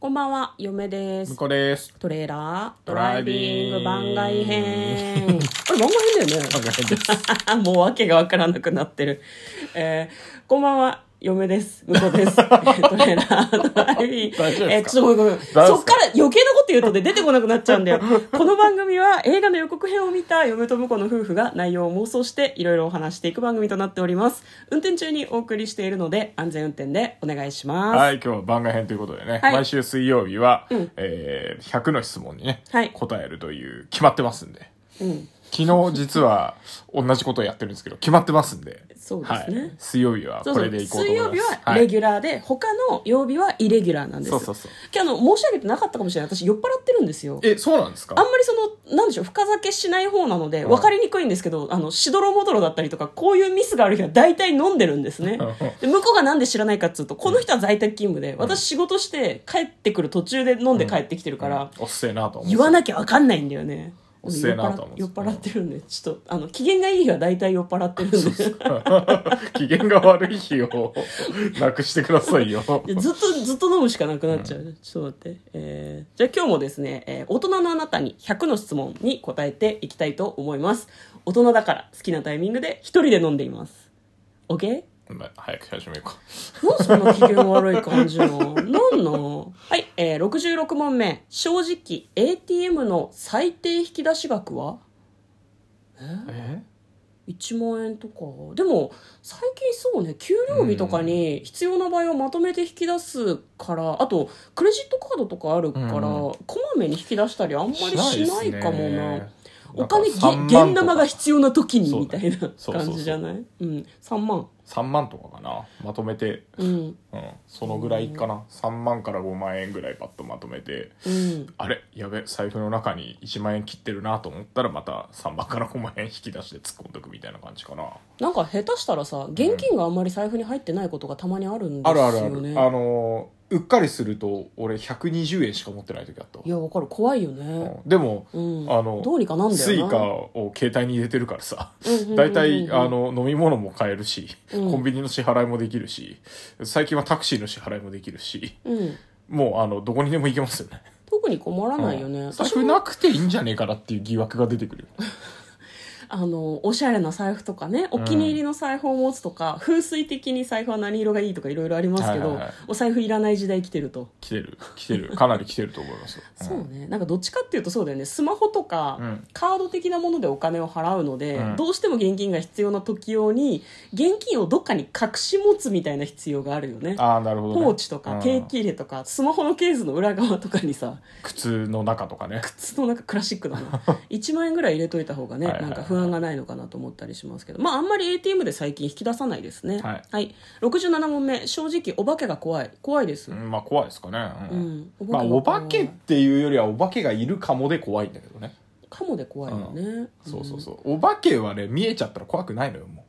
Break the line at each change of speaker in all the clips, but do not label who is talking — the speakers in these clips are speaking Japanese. こんばんは、嫁です
向。こうです。
トレーラード
ドライビング
番外編。あれ、番外編だよね。
番外編で
もう訳がわからなくなってる。えー、こんばんは、嫁です。向こう です。トレーラードライビング。
大丈
え
夫で
ー、
す
ち
か
ょっとごめんごめん。そっから余計なこと言うとで出てこなくなっちゃうんだ よ。この番組は映画の予告編を見た嫁と婿の夫婦が内容を妄想していろいろお話していく番組となっております。運転中にお送りしているので安全運転でお願いします。
はい、今日は番外編ということでね、
はい
毎週水曜日は、えー100の質問にね、
はい
答えるという、決まってますんで。
うん。
昨日実は同じことをやってるんですけど、決まってますんで。
そうですね
はい、水曜日は
そう
こ
そ
れ
う
でいこうと
水
思い
曜
ます。
日はレ
ュ
ギュラーで、他の曜日はイレギュラーなんです
そうそうそう
今日あの申し上げてなかったかもしれない私酔っ払ってるんですよ
え、そうなんですか
あんまりそのなんでしょう深酒しない方なので
ん
分かりにくいんですけど、あのしどろもどろだったりとかこういうミスがある日は大体飲んでるんです ねで向こうがなんで知らないかっつうとこの人は在宅勤務で私仕事して帰ってくる途中で飲んで帰ってきてるから、
おっせえなと思って。
言わなきゃ分かんないんだよね
おっせえなとは思うんで
酔
す
っ
けど
払ってるんでちょっとあの機嫌がいい日は大体酔っ払ってるんで
機嫌が悪い日をなくしてくださいよ。
いやずっとずっと飲むしかなくなっちゃう、ちょっと待って、えーじゃあ今日もですね、えー大人のあなたに100の質問に答えていきたいと思います大人だから好きなタイミングで一人で飲んでいます OK?
ま早く始めようか。
なんでそんな機嫌悪い感じのなんのはい、えー、66問目正直 ATM の最低引き出し額は
え
1万円とかでも最近そうね給料日とかに必要な場合はまとめて引き出すから、あとクレジットカードとかあるから、
うん
こまめに引き出したりあんまりしないかもな。お
で
金
すねなんか
げ
3万
現
とか
玉が必要な時に
そう
みた
だ
い
ね
な
そうそうそう
感じじゃないうん3万
3万とかかなまとめて、
うん
うん、そのぐらいかな3万から5万円ぐらいパッとまとめて
うん
あれやべ財布の中に1万円切ってるなと思ったらまた3万から5万円引き出して突っ込んどくみたいな感じかな
なんか下手したらさ現金があんまり財布に入ってないことがたまにあるんです
あるあ
よ
るある、
ね
あのーうっかりすると俺120円しか持ってない時あったわ
いやわかる怖いよね
うんでも、
うん
あの
どうにかなんだ
スイ
よ
カ
な
を携帯に入れてるからさ
うんうんうんうん
大体あの飲み物も買えるし、
うん
コンビニの支払いもできるし最近はタクシーの支払いもできるし
うん
もうあのどこにでも行けますよね
特に困らないよね、
うん財
私も
布なくていいんじゃねえかなっていう疑惑が出てくる よ
あのおしゃれな財布とかねお気に入りの財布を持つとか、風水的に財布は何色がいいとかいろいろありますけど、
はいはいはい
お財布いらない時代来てると、
来てる来てるかなり来てると思い ますよ、
そうねなんかどっちかっていうとそうだよねスマホとか、
うん
カード的なものでお金を払うので、
うん
どうしても現金が必要な時用に現金をどっかに隠し持つみたいな必要があるよね
うんああなるほど、ね、
ポーチと
う
か
ん
ケーキ入れとかスマホのケースの裏側とかにさ
靴の中とかね
靴のなんかクラシックだな 1万円ぐらい入れといた方がね
はいはい
なんか不安がないのかなと思ったりしますけどまああんまり ATM で最近引き出さないですね
はい
67問目正直お化けが怖い怖いです、
うんまあ怖いですかね、う
うんお化け
まあ
が
お
怖い
化けっていうよりはお化けがいるかもで怖いんだけどね
かもで怖いよね、
そうそうそう、お化けはね見えちゃったら怖くないのよも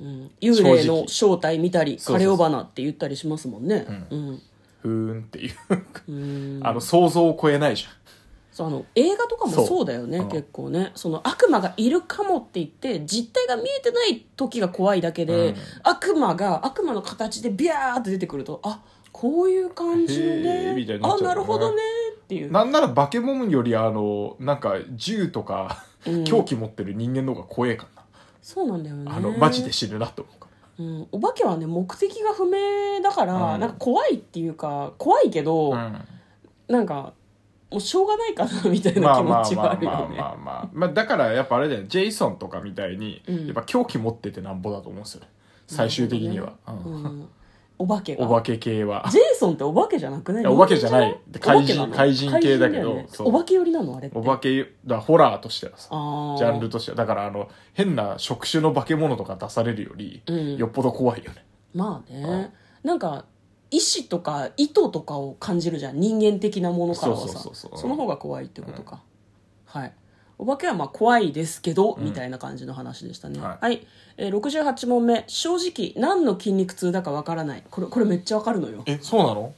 うん、うん幽霊
正
の
直
正体見たり
そうそうそう
枯れ尾花って言ったりしますもんねうん、
うふーんっていう
うん
あの想像を超えないじ
そうあの映画とかも
そう
そうだよね、
うん
結構ねその悪魔がいるかもって言って実態が見えてない時が怖いだけで、
うん
悪魔が悪魔の形でビャーって出てくるとあこういう感じ
へ
ね
ーみたいになっ
あ
ちゃう
なるほどねってい
ゃん
う
なんなら化け物よりあのなんか銃とか、
うん
凶器持ってる人間の方が怖えか
そうなんだよね
なあのマジで死ぬなと思うから
うん、お化けはね目的が不明だから、
うん
なんか怖いっていうか怖いけど、
うん
なんかもうしょうがないかなみたい
ま
な
あ
気
ま
持
あ
ち
ま
は
あ
ある
まあ
よね
まあまあ、まあ、だからやっぱあれだよジェイソンとかみたいに、
うん
やっぱ凶器持っててなんぼだと思うんですよね最終的には、う
うんんお化けが
お化け系は
ジェイソンってお化けじゃなくない
いやお化けじゃない
人間じゃな
怪人
いお化
怪
けなの
人系だ
怪人
けど
よね
そう
お化け寄りなのあれって
お化けだからホラーとしてはさ
あー
ジャンルとしてはだからあの変な触手の化け物とか出されるより、
うん
よっぽど怖いよね
まあねなんか石とか糸とかを感じるじゃん人間的なものからはさ
そうそうそうそう
の方が怖いってことか、はいお化けはまあ怖いですけど、
うん
みたいな感じの話でしたねは、
はい
えー68問目正直何の筋肉痛だかわからないこれこれめっちゃわかるのよ
えそうなの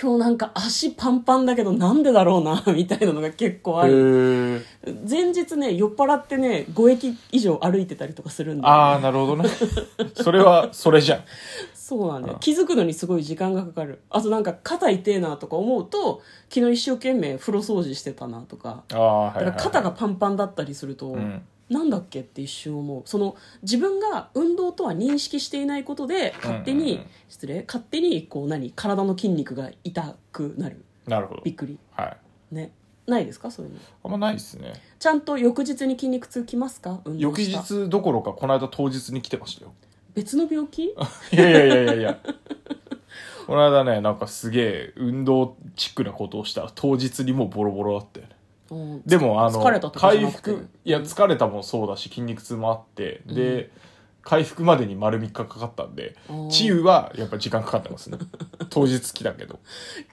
今日なんか足パンパンだけどなんでだろうなみたいなのが結構ある
へえ
前日ね酔っ払ってね5駅以上歩いてたりとかするんで
ああなるほどねそれはそれじゃん
そうなんだよ
うん
気づくのにすごい時間がかかるあとなんか肩痛えなとか思うと昨日一生懸命風呂掃除してたなとか
ああはい
だ
は
から
い、はい、
肩がパンパンだったりすると、
うん
なんだっけって一瞬思うその自分が運動とは認識していないことで勝手に、
うんうんうん
失礼勝手にこう何体の筋肉が痛くなる
なるほど
びっくり
はい
ねないですかそういうの
あんまないですね
ちゃんと翌日に筋肉痛きますか運動
翌
した
日どころかこの間当日に来てましたよ
別の病 気
いやいやいやいやいやこの間ねなんかすげえ運動チックなことをしたら当日にもうボロボロだったよね
うん
でもあの
疲れたとかじゃな
回
くて
復いや疲れたもそうだし筋肉痛もあってで、回復までに丸3日かかったんで
あー
治癒はやっぱ時間かかってますね当日来たけど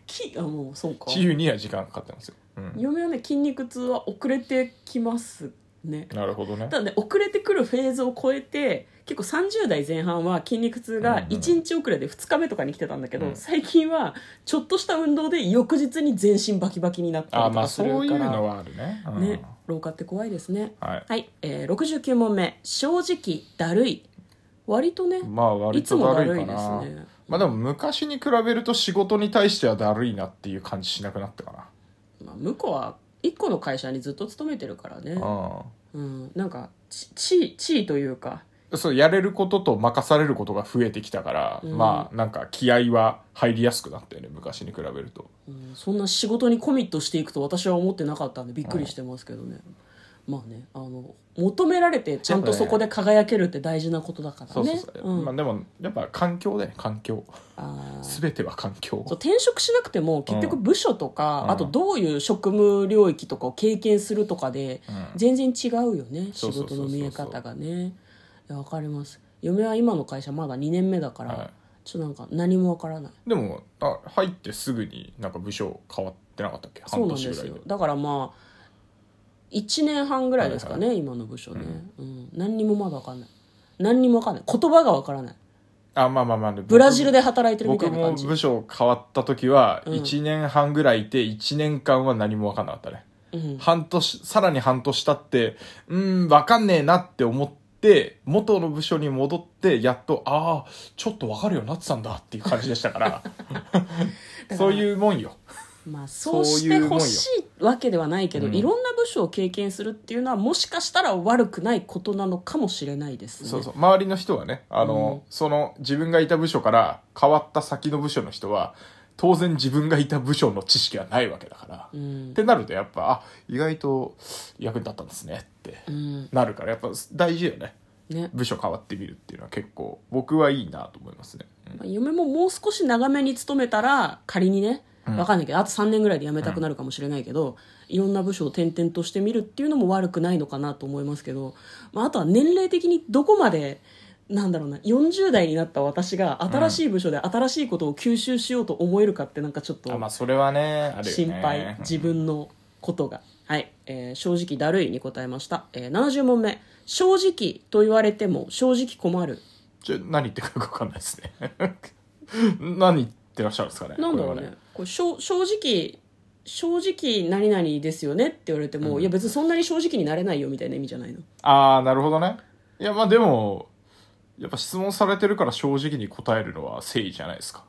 きあもうそうか
治癒には時間かかってますよ、うん、
嫁はね筋肉痛は遅れてきますね
なるほどね
ただね遅れてくるフェーズを超えて結構30代前半は筋肉痛が1日遅れで2日目とかに来てたんだけど、
うん
最近はちょっとした運動で翌日に全身バキバキになった
あ
りと
まあ
かす
そう
るから
いうのはあるね,、うん、
ね老化って怖いですね
はい
はい、えー、69問目正直だるい割とね
まあ割
いつ
と
も
だ
だ
る
る
い
い
か
で
な
すね
まあでも昔に比べると仕事に対してはだるいなっていう感じしなくなったかな
まあ、向こうは1個の会社にずっと勤めてるからね
う
うんなんかち地位地位というか
んそうやれることと任されることが増えてきたから、
うん
まあなんか気合は入りやすくなったよね昔に比べると
うんそんな仕事にコミットしていくと私は思ってなかったんでびっくりしてますけどね、まあねあの求められてちゃんとそこで輝けるって大事なことだから
そうそう
ね
そう、
うん
まあでもやっぱ環境だよね環境
あー
全ては環境
そう転職しなくても結局部署とか、
うん
あとどういう職務領域とかを経験するとかで
うん
全然違うよね仕
そうそうそ
事
うそうそ
の
う
見え方がねいやわかります嫁は今の会社まだ2年目だから、
はい
ちょっとなんか何もわからない
でもあ入ってすぐになんか部署変わってなかったっけ
そう
半
なん
年
で
ぐら
す
い
よ
で
だからまあ1年半ぐらいですかね、今の部署ね、うん何にもまだ分かんない何にも分かんない言葉が分からない
あまあまあまあで
ブラジルで働いてるみた
僕
いな
も
感じ
部署変わった時は
うん
1年半ぐらいいて1年間は何も分かんなかったね、
うん
半年さらに半年経ってうーん分かんねえなって思って元の部署に戻ってやっとああちょっと分かるようになってたんだっていう感じでしたから そういうもんよ
まあ、そう
そう
し
い
て
うもん
ほ
よ
しいわけではないけどい,、
うん
ろんな部署を経験するっていうのはもしかしたら悪くないことなのかもしれないですね
そうそう周りの人はねあの、その自分がいた部署から変わった先の部署の人は当然自分がいた部署の知識はないわけだから、
う
っ
ん
てなるとやっぱあ意外と役に立ったんですねって
うん
なるからやっぱ大事よね
ね
部署変わってみるっていうのは結構僕はいいなと思いますね、うん
まあ嫁ももう少し長めに勤めたら仮にね
うん
わかんないけどあと3年ぐらいで辞めたくなるかもしれないけど、いろんな部署を転々としてみるっていうのも悪くないのかなと思いますけど、まあ、あとは年齢的にどこまでなんだろうな40代になった私が新しい部署で新しいことを吸収しようと思えるかってなんかちょっと
あまあそれはねあるよね
心配、自分のことが、はい、えー正直だるいに答えました、えー70問目正直と言われても正直困る
ちょ何言ってるかよくわかんないですね 何言ってらっしゃるんですかね
なんだろう
これ
ね
は
これ正正直正直何々ですよねって言われても、いや別にそんなに正直になれないよみたいな意味じゃないの
ああなるほどねいやまあでもやっぱ質問されてるから正直に答えるのは誠意じゃないですか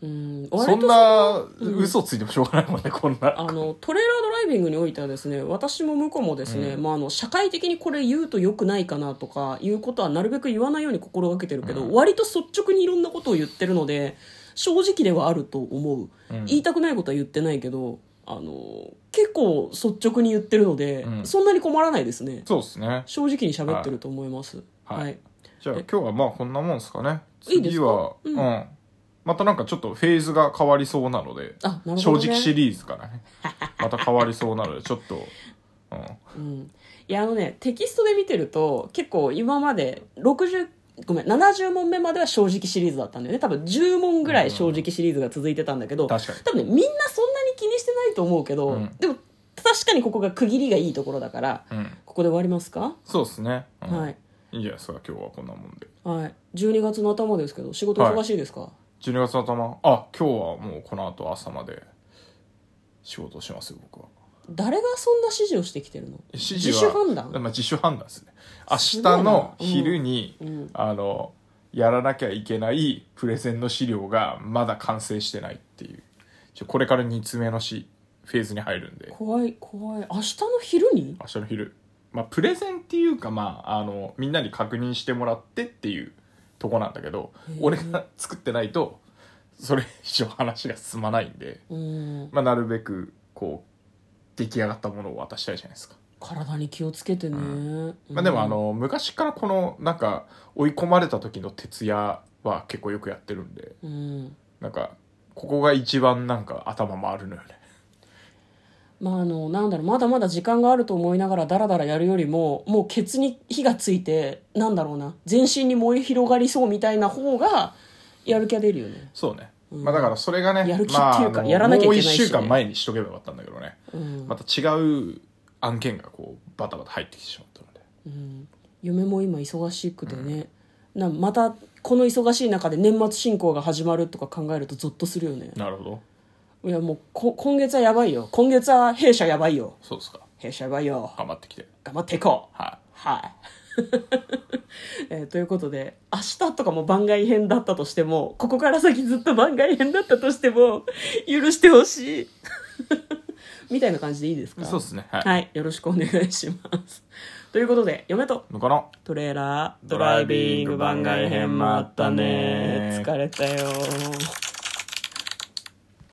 うん
そ
割
ん
と
な嘘ついてもしょうがないもんねこんな
あのトレーラードライビングにおいてはですね私も向こうもですね、まあ、あの社会的にこれ言うと良くないかなとかいうことはなるべく言わないように心がけてるけど、割と率直にいろんなことを言ってるので正直ではあると思う、
うん
言いたくないことは言ってないけどあの結構率直に言ってるので、
うん
そんなに困らないですね
そうですね
正直に喋ってると思います
はい
はい
じゃあ今日はまあこんなもんですかね
いいですか
次は
う
うんん、またなんかちょっとフェーズが変わりそうなので
あなる
正
ほどね
直シリーズからねまた変わりそうなのでちょっと、うん、
うん、いやあのねテキストで見てると結構今まで60ごめん70問目までは正直シリーズだったんだよね多分10問ぐらい正直シリーズが続いてたんだけど、
確かに
多分ねみんなそんなに気にしてないと思うけど、
うん
でも確かにここが区切りがいいところだから
うん、
ここで終わりますか、
そうですね、うん
はい、
いいんじゃないですか今日はこんなもんで
はい、12月の頭ですけど仕事忙しいですか、
12月の頭あ今日はもうこの後朝まで仕事しますよ僕は
誰がそんな指示をしてきてるの
指示は
自主判断
まあ、自主判断ですね明
す
日
ごいな
の昼に、
うん
あのやらなきゃいけないプレゼンの資料がまだ完成してないっていうちょこれから2つ目のしフェーズに入るんで
怖い怖い明日の昼に
明日の昼、まあ、プレゼンっていうか、まあ、あのみんなに確認してもらってっていうとこなんだけど
へえ
俺が作ってないとそれ以上話が進まないんで、
うん
まあ、なるべくこう出来上がったものを渡したいじゃないですか。
体に気をつけてね、
まあ、でも
うん
あの昔からこのなんか追い込まれた時の徹夜は結構よくやってるんで
うん
なんかここが一番なんか頭回るのよね
まああのなんだろうまだまだ時間があると思いながらダラダラやるよりももうケツに火がついてなんだろうな全身に燃え広がりそうみたいな方がやる気が出るよね、
そうね、
うん
まあだからそれがね
やる気っていうか
まああの
やらなきゃいけないしね
もう1週間前にしとけばよかったんだけどね、
うん
また違う案件がこうバタバタ入ってきてしまったので
うん、嫁も今忙しくてね、なまたこの忙しい中で年末進行が始まるとか考えるとゾッとするよね
なるほど
いやもうこ今月はやばいよ今月は弊社やばいよ
そうですか
弊社やばいよ
頑張ってきて
頑張っていこう
は
はい、 えーということで明日とかも番外編だったとしてもここから先ずっと番外編だったとしても許してほしい みたいな感じでいいです
い
か
そうですねはい、
はいよろしくお願いしますということで嫁と
向こうの
トレーラード
ドライビング番外編もあったね
疲れたよ